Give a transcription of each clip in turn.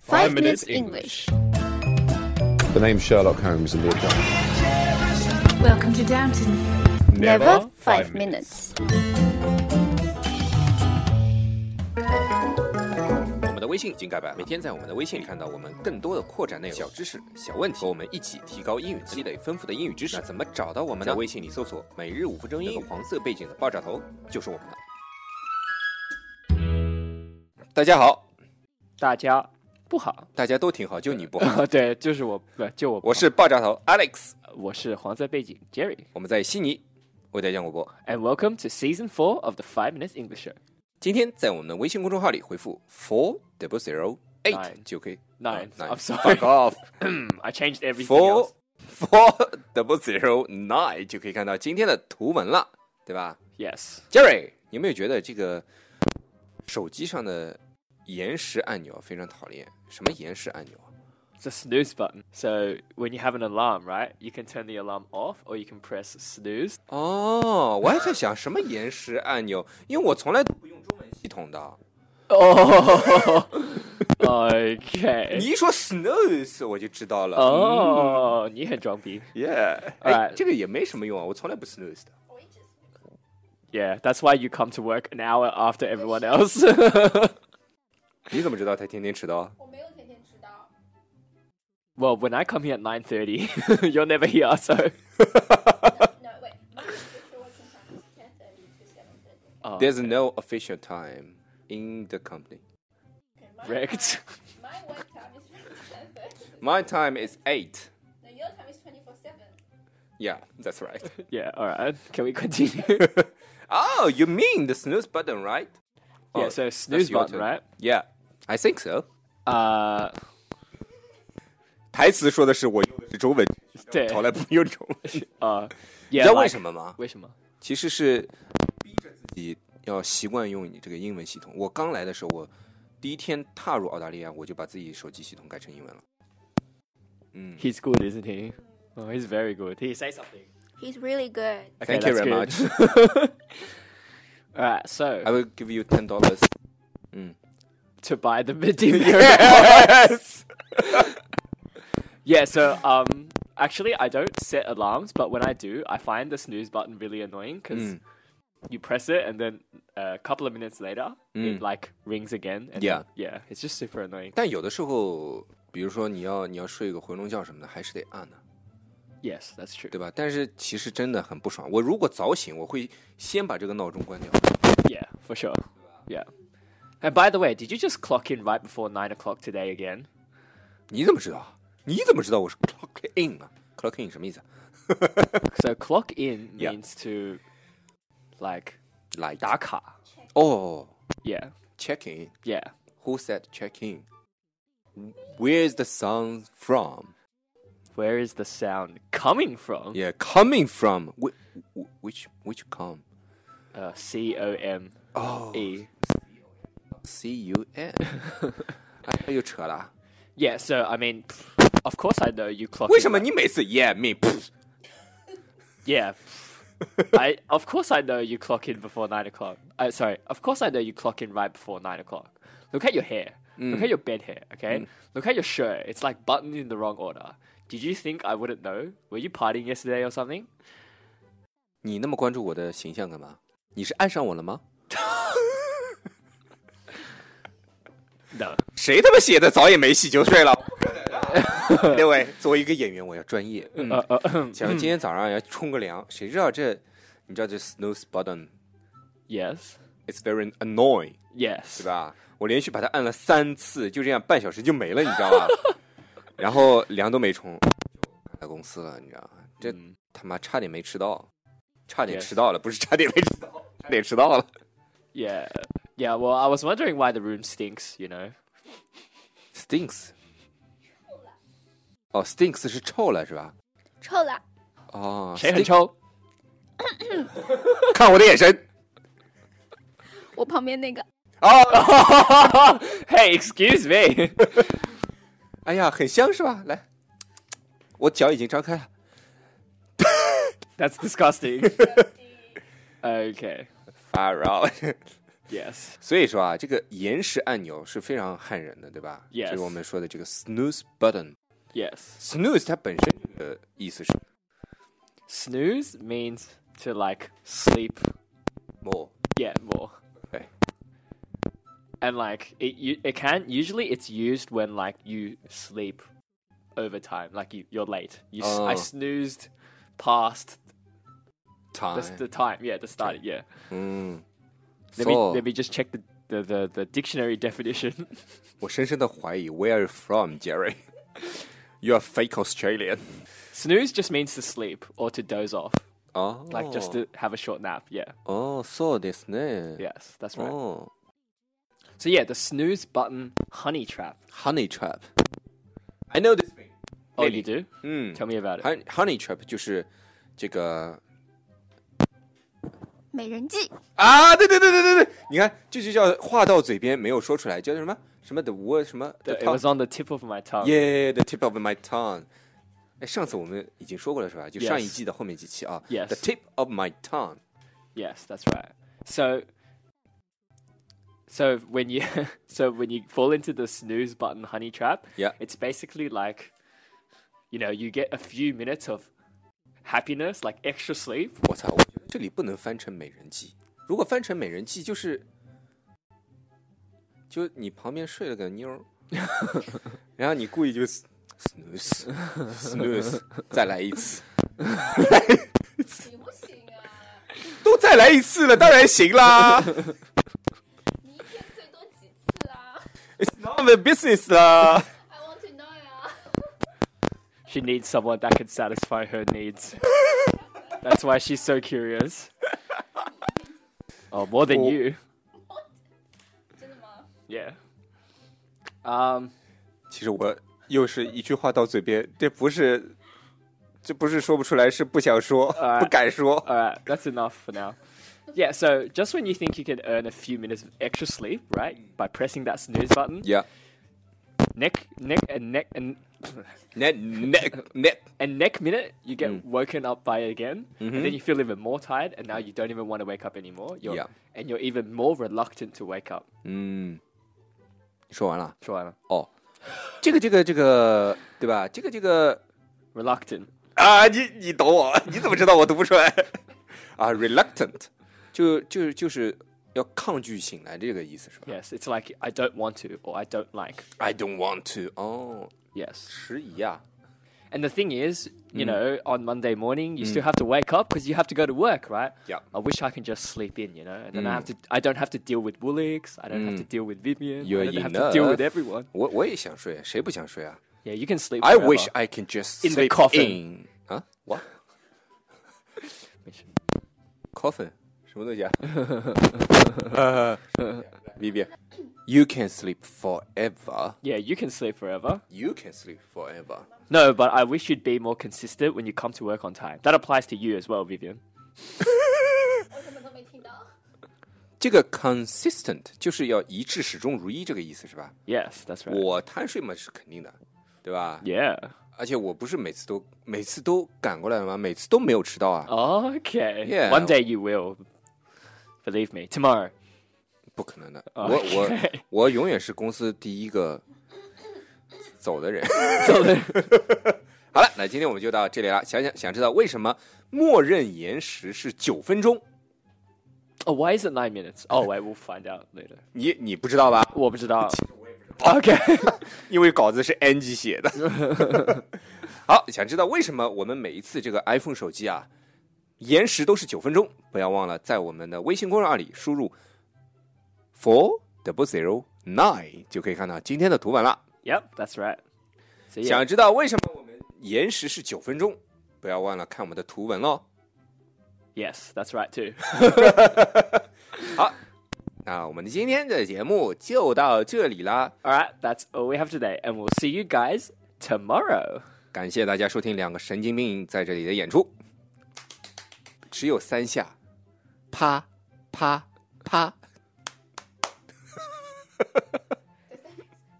Five Minutes English. The name Sherlock Holmes and the adjunct. Welcome to Downton. Never five minutes. 我们的微信已经改版，每天在我们的微信里看到我们更多的扩展内容、小知识、小问题，和我们一起提高英语，积累丰富的英语知识。那怎么找到我们呢？在微信里搜索“每日五分钟英语”，黄色背景的爆炸头就是我们的。大家好，大家不好，大家都挺好，就你 不好。对，就是我，不就我不好，我是爆炸头 Alex，我是黄色背景 Jerry，and 我们在悉尼为大家广播。 welcome to season four of the Five Minutes English Show. 今天在我们的微信公众号里回复 four double zero eight Nine 就可以。啊 Nine, Nine. I'm sorry, Fuck off. I changed everything. four else. four double zero nine 就可以看到今天的图文了，对吧 Yes. ？Jerry，你有没有觉得这个手机上的延时按钮非常讨厌？什么延时按钮啊？ It's a snooze button. So when you have an alarm, right, you can turn the alarm off or you can press snooze. 哦，我还在想什么延时按钮，因为我从来都不用中文系统的。 Oh, okay. 你一说 snooze 我就知道了。哎哦，Oh, 你很装逼。嗯，yeah，哎 Alright，这个也没什么用啊，我从来不 snooze 的。 Yeah, that's why you come to work an hour after everyone else. 你怎么知道他天天迟到？ well, when I come here at nine thirty, you're never here, so. Oh, There's no official time in the company. wrecked. My work time is 24/7. My time is eight. No, your time is 24/7. Yeah, that's right. Yeah, all right. Can we continue? oh, you mean the snooze button, right? yeah, Oh, so that's snooze your button, turn. right? Uh, Yeah, I think so. 呃，台词说的是我用的是中文，对，从来不用 中文。你呃，你知道为什？么吗？为什么？其实是逼着自己要习惯用你这个英文系统。我刚来的时候，我第一天踏入澳大利亚，我就把自己手机系统改成英文了。嗯 He's good, isn't he? Oh, he's very good. He say something. He's really good. Okay, Thank you that's good. very much. All right, so I will give you ten dollars. Mm, to buy the Medivia. yeah, so um, actually, I don't set alarms, but when I do, I find the snooze button really annoying because Mm. you press it and then uh, a couple of minutes later, Mm. it like rings again. And Yeah. yeah, it's just super annoying. 但有的时候，比如说你要你要睡个回笼觉什么的，还是得按的、 Yes, that's true. 对吧？但是其实真的很不爽。我如果早醒，我会先把这个闹钟关掉。 Yeah, for sure. Yeah. And by the way, did you just clock in right before nine o'clock today again? 你怎么知道？你怎么知道我是 clock in 啊？clock in 什么意思啊 So clock in Yeah. means to like ？Like 打卡。哦、 Yeah. check in. Yeah. Who said check in? Where's the sound from? Where is the sound coming from? Yeah, coming from. Which which which come? Uh, C O M 哦、 E. c U N。哎，又扯了。 Yeah. So I mean, of course I know you clock. 为 in 什么 right- 你每次 yeah me？噗 Yeah. I of course I know you clock in before nine o'clock. Uh, sorry, of course I know you clock in right before nine o'clock. Look at your hair. Look at your bed hair. Okay. Look at your shirt. It's like buttoned in the wrong order. Did you think I wouldn't know? Were you partying yesterday or something? 你那么关注我的形象干嘛？你是爱上我了 吗？ No. 谁他妈写的早也没洗就睡 了？六位，作为一个演员，我要专业。嗯，想今天早上要冲个凉，谁知道这，你知道这 snooze button，it's Yes. very annoying， Yes. 对吧？我连续把它按了三次，就这样半小时就没了，你知道吧？ 然后凉都没冲，就来公司了，你知道吗？这嗯他妈差点没迟到，差点 Yes 迟到了，不是差点没迟到，差点迟到了。 Yeah. Yeah. Well, I was wondering why the room stinks. You know. stinks，哦，stinks 是臭了是吧？臭了，哦，谁很 stink- 臭？ 看我的眼神。我旁边那个哦， hey, excuse me. 哎呀，很香是吧？来，我脚已经张开了。 That's disgusting. okay. Far out， Yes. 所以说啊，这个延时按钮是非常汉人的，对吧 Yes 就是我们说的这个 snooze button。 Yes. snooze 它本身的意思是 Snooze means to like sleep. more， Yeah, more. 对 And like it, you, it can usually it's used when like you sleep over time, like you you're late. You s I I Oh. snoozed past the, ，time。 the time. Yeah, the start. Yeah. 嗯 Let me ，so let me just check the the, the, the dictionary definition. 我深深的怀疑，Where are you from, Jerry? You are fake Australian. Snooze just means to sleep or to doze off, 哦 like just to Oh. have a short nap. Yeah. 哦，そうですね。 Yes, that's right. 哦 So yeah, the snooze button honey trap. ，honey trap. I know this thing. Oh, Maybe. Hmm? you do? 嗯 Tell me about it. ，honey honey trap 就是这个美人计，啊，对对对对对对，你看，这就叫话到嘴边没有说出来，叫什么什么 the word 什么 the It was tongue, on the tip of my tongue. yeah, the tip of my tongue. 哎，上次我们已经说过了是吧？就上一季的后面几期啊 Yes. the tip of my tongue. Yes, that's right. So, so when you so when you fall into the snooze button honey trap, Yeah. it's basically like, you know, you get a few minutes of happiness, like extra sleep. 我操，我觉得这里不能翻成美人计。如果翻成美人计，就是就你旁边睡了个妞儿， 然后你故意就 snooze snooze 再来一次，行不行啊？都再来一次了，当然行啦你一天最多几次啊，It's not my business 啦。 ？I want to know 啊。 She needs someone that can satisfy her needs. that's why she's so curious. Oh, more than Oh. you. 真的吗？ Yeah. Um. 其实我又是一句话到嘴边，这不是这不是说不出来，是不想说，不敢说。 All right, that's enough for now. Yeah, so just when you think you can earn a few minutes of extra sleep, right, by pressing that snooze button, Yeah, neck, neck, and neck, and neck neck neck. and neck minute, you get woken up by it again, and then you feel even more tired, and now you don't even want to wake up anymore. You're, Yeah. and you're even more reluctant to wake up. 嗯，说完了 Joanna, 哦，这个这个这个，对吧？这个这个 reluctant. 啊，你你懂我？ 你怎么知道我读不出来？ 啊，reluctant，就就就是要抗拒醒来这个意思是吧 Yes, it's like I don't want to or I don't like. ？I don't want to。哦， Yes, 迟疑啊。 and the thing is, Mm. you know, on Monday morning, you still have to wake up because you have to go to work, right? Yeah. I wish I can just sleep in, you know, and then I Mm. have to. I don't have to deal with Woolix. I don't have to deal with Vivian. You're I don't have to deal with enough. everyone. 我我也想睡，谁不想睡啊 Yeah, you can sleep. ？I forever. wish I can just In the sleep coffin. in 啊，what 没事 coffin 什么东西啊 呃 v B you 啊 can sleep forever. Yeah, you can sleep forever. You can sleep forever. No, but I wish you'd be more consistent when you come to work on time. That applies to you as well, Vivian. 我怎么都没听到？这个 consistent 就是要一致始终如一这个意思是吧？ Yes, that's right. 我贪睡嘛是肯定的，对吧？ Yeah. 而且我不是每次都每次都赶过来了吗？每次都没有迟到哦啊？ Okay. Yeah. One day you will. Believe me. Tomorrow. 不可能的，哦我我我永远是公司第一个走的人。 So then- 好了，那今天我们就到这里了。想想想知道为什么默认延时是九分钟？ oh, why is it nine minutes? Oh, wait, we'll find out later. 你你不知道吧？我不知道。Okay. 因为稿子是 NG 写的。 好，想知道为什么我们每一次这个 iPhone 手机啊，延时都是九分钟？不要忘了在我们的微信公众号里输入 four double zero nine 就可以看到今天的图文了。 Yep, that's right. So yeah. 想知道为什么我们延时是九分钟？不要忘了看我们的图文哦喽。 Yes, that's right too. 那我们今天的节目就到这里啦， All right, that's all we have today, and we'll see you guys tomorrow. 感谢大家收听两个神经病在这里的演出，只有三下，啪啪啪。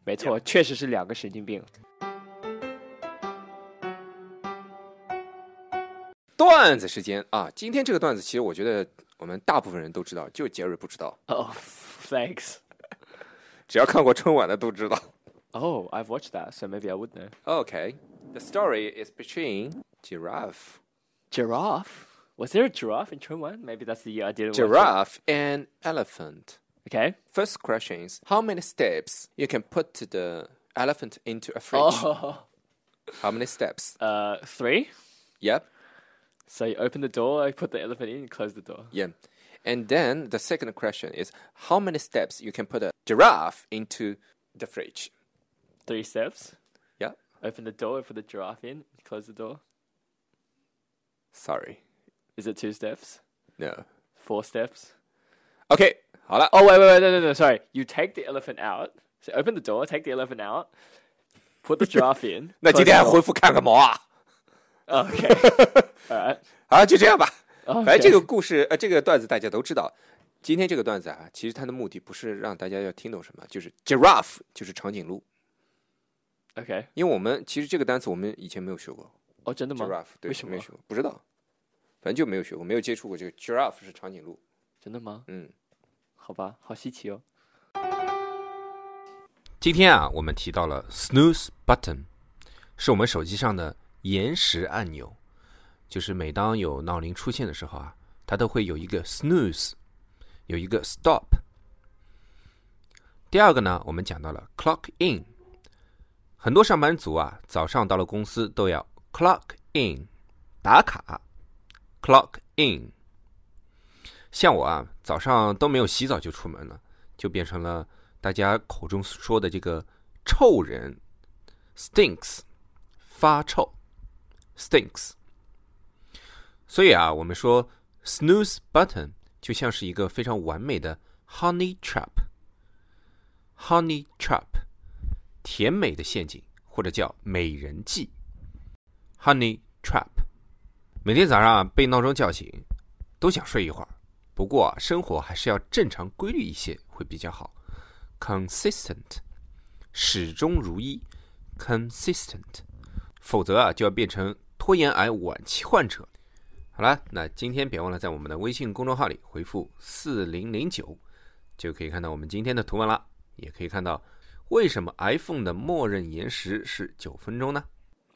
没错，确实是两个神经病。段子时间啊，今天这个段子其实我觉得，我们大部分人都知道，就杰瑞不知道。 Oh, thanks. 只要看过春晚的都知道。 Oh, I've watched that, so maybe I would know. Okay, the story is between giraffe, Giraffe. Was there a giraffe in Chunwan? Maybe that's the year I didn't. watch it. giraffe and elephant. Okay. First question is how many steps you can put to the elephant into a fridge? Oh. How many steps? Uh, three. Yep. So you open the door, put the elephant in, close the door. Yeah. And then the second question is how many steps you can put a giraffe into the fridge? Three steps. Yeah. Open the door, put the giraffe in, close the door. Sorry. Is it two steps? No. Four steps? Okay. 好了， Oh wait, wait, wait, no, no, no. Sorry. You take the elephant out. So open the door, take the elephant out, put the giraffe in. 那 close the 今天 door. 回 复看个毛啊！ Oh, okay. All right. 好了，就这样吧。哦 OK 反正这个故事，呃，这个段子大家都知道。今天这个段子啊，其实它的目的不是让大家要听懂什么，就是 giraffe 就是长颈鹿， Okay. Oh, 因为我们其实这个单词我们以前没有学过哦，真的吗 giraffe，对，为什么没有？学过，不知道，反正就没有学过，没有接触过这个 giraffe 是长颈鹿。真的吗？嗯，好吧，好稀奇哦。今天啊，我们提到了 snooze button，是我们手机上的延时按钮，就是每当有闹铃出现的时候啊，它都会有一个 snooze，有一个 stop。第二个呢，我们讲到了 clock in，很多上班族啊，早上到了公司都要 clock in 打卡，clock in。像我啊，早上都没有洗澡就出门了，就变成了。大家口中说的这个“臭人 ”（stinks） 发臭 （stinks）。所以啊，我们说 “snooze button” 就像是一个非常完美的 “honey trap”。“honey trap” 甜美的陷阱，或者叫美人计 （honey trap）。每天早上啊被闹钟叫醒，都想睡一会儿。不过、啊、生活还是要正常规律一些会比较好。consistent，始终如一，consistent，否则啊就要变成拖延癌晚期患者。好啦，那今天别忘了在我们的微信公众号里回复四零零九，就可以看到我们今天的图文啦，也可以看到为什么 iPhone 的默认延时是九分钟呢？